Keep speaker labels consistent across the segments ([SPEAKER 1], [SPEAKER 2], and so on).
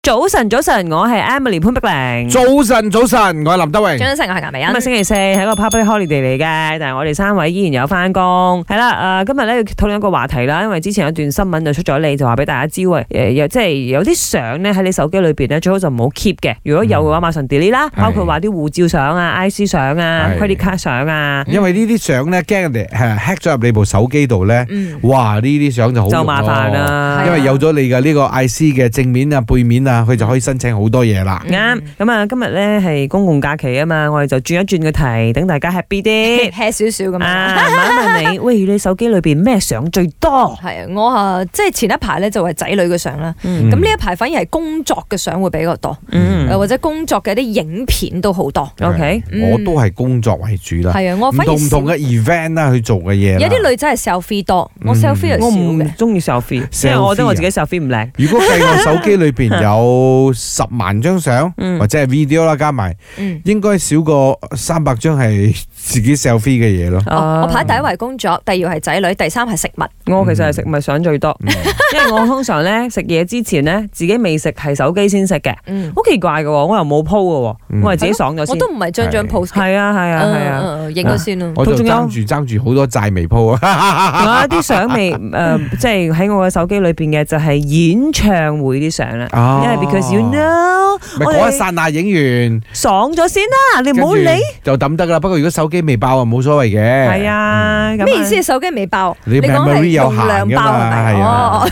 [SPEAKER 1] 早晨，早晨，我係 Emily 潘碧玲。
[SPEAKER 2] 早晨，早晨，我係林德
[SPEAKER 1] 嗯
[SPEAKER 2] 榮。
[SPEAKER 3] 張生，我係顏美
[SPEAKER 1] 今日
[SPEAKER 3] 欣。
[SPEAKER 1] 星期四係一個 public holiday 嚟嘅，但係我哋三位依然有翻工。係啦，誒、呃今日咧要討論一個話題啦，因為之前有段新聞就出咗嚟，就話俾大家知喂，誒、呃有即係有啲相咧喺你手機裏邊咧，最好就唔好 keep 嘅。如果有嘅話，馬上 delete 啦。
[SPEAKER 2] 嗯係
[SPEAKER 1] 包括話啲護照相啊、IC 相啊、
[SPEAKER 2] 係
[SPEAKER 1] credit card 相啊，
[SPEAKER 2] 因為呢啲相咧，驚人哋 係 hack 咗入你部手機度咧，
[SPEAKER 3] 嗯，
[SPEAKER 2] 哇！呢啲相就好
[SPEAKER 1] 就麻煩
[SPEAKER 2] 用咯。
[SPEAKER 1] 啦。
[SPEAKER 2] 因為有咗你嘅呢個 IC 嘅正面啊、背面啊，佢就可以申請好多嘢啦。
[SPEAKER 1] 啱咁啊！今日咧係公共假期啊嘛，我哋就轉一轉個題，等大家 happy 啲
[SPEAKER 3] 吃少少咁樣。
[SPEAKER 1] 啊！問一問你，喂，你手機裏邊咩相最多？
[SPEAKER 3] 係啊，我啊，即係前一排咧就係仔女嘅相啦，
[SPEAKER 1] 嗯
[SPEAKER 3] 咁呢一排反而係工作嘅相會比較多，
[SPEAKER 1] 嗯
[SPEAKER 3] 誒或者工作嘅啲影片都好多。
[SPEAKER 1] ，OK，
[SPEAKER 3] 嗯
[SPEAKER 2] 我都係工作為主啦，
[SPEAKER 3] 係啊，我
[SPEAKER 2] 唔
[SPEAKER 3] 反而
[SPEAKER 2] 同唔
[SPEAKER 3] 少
[SPEAKER 2] 同嘅 event 啦，去做嘅嘢啦。
[SPEAKER 3] 有啲女仔係 selfie 多，我 selfie 係
[SPEAKER 1] 我
[SPEAKER 3] 少
[SPEAKER 1] 唔
[SPEAKER 3] 嘅。
[SPEAKER 1] 中意 selfie，因為我覺得我自己 selfie 唔靚。
[SPEAKER 2] 如果計我手機裏 邊有十萬張相
[SPEAKER 1] 嗯
[SPEAKER 2] 或者係 video 啦，加埋
[SPEAKER 3] 嗯，
[SPEAKER 2] 應該少過三百張係自己 selfie 嘅 嘢咯。
[SPEAKER 1] 啊
[SPEAKER 3] 哦我排第一位工作，第二位係仔女，第三係食物。
[SPEAKER 1] 我其實係食物相 最多，
[SPEAKER 2] 嗯
[SPEAKER 1] 因為我通常咧食嘢之前咧，自己未食係手機先食嘅，
[SPEAKER 3] 嗯，
[SPEAKER 1] 好奇怪嘅喎，我又冇 po 嘅
[SPEAKER 2] 嗯
[SPEAKER 1] 喎，我係自己爽咗
[SPEAKER 3] 我
[SPEAKER 1] 先。
[SPEAKER 3] 都唔係張張 post 嘅。
[SPEAKER 1] 係啊係啊係啊。
[SPEAKER 3] 嗯，嗯嗯影咗先咯。
[SPEAKER 2] 我就
[SPEAKER 1] 仲有
[SPEAKER 2] 爭住爭住好多債未鋪啊！
[SPEAKER 1] 我有啲相未誒， 呃即係喺我嘅手機裏邊嘅就係演唱會啲相啦，因
[SPEAKER 2] 啊
[SPEAKER 1] 為 because you know
[SPEAKER 2] 咪
[SPEAKER 1] 我
[SPEAKER 2] 嗰一
[SPEAKER 1] 哋
[SPEAKER 2] 剎那影完，
[SPEAKER 1] 爽咗先啦，你唔好
[SPEAKER 2] 跟
[SPEAKER 1] 理
[SPEAKER 2] 住。就抌得㗎啦。不過如果手機未爆啊，冇所謂嘅。
[SPEAKER 1] 係啊，咁啊
[SPEAKER 3] 咩意思？手機未爆？
[SPEAKER 2] 你
[SPEAKER 3] 講
[SPEAKER 2] memory
[SPEAKER 3] 係
[SPEAKER 2] 有
[SPEAKER 3] 用
[SPEAKER 2] 限
[SPEAKER 3] 量
[SPEAKER 2] 㗎
[SPEAKER 3] 爆係
[SPEAKER 2] 嘛
[SPEAKER 3] 咪？
[SPEAKER 2] 係啊
[SPEAKER 3] 哦，哦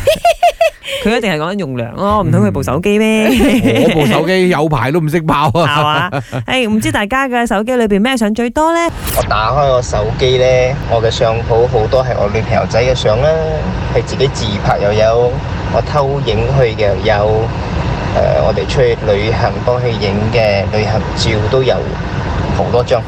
[SPEAKER 1] 佢一定係講緊容量咯，唔通佢部手機咩？
[SPEAKER 2] 嗯，我部手機有排都唔識 爆啊！
[SPEAKER 1] 係嘛？誒，唔知大家嘅手機裏邊咩相最多咧？
[SPEAKER 4] 我打開我手機呢，我嘅相簿好多係我女朋友仔嘅相啦，係自己自拍又有，我偷影佢嘅又有，呃我哋出去旅行幫佢影嘅旅行照都有好多張。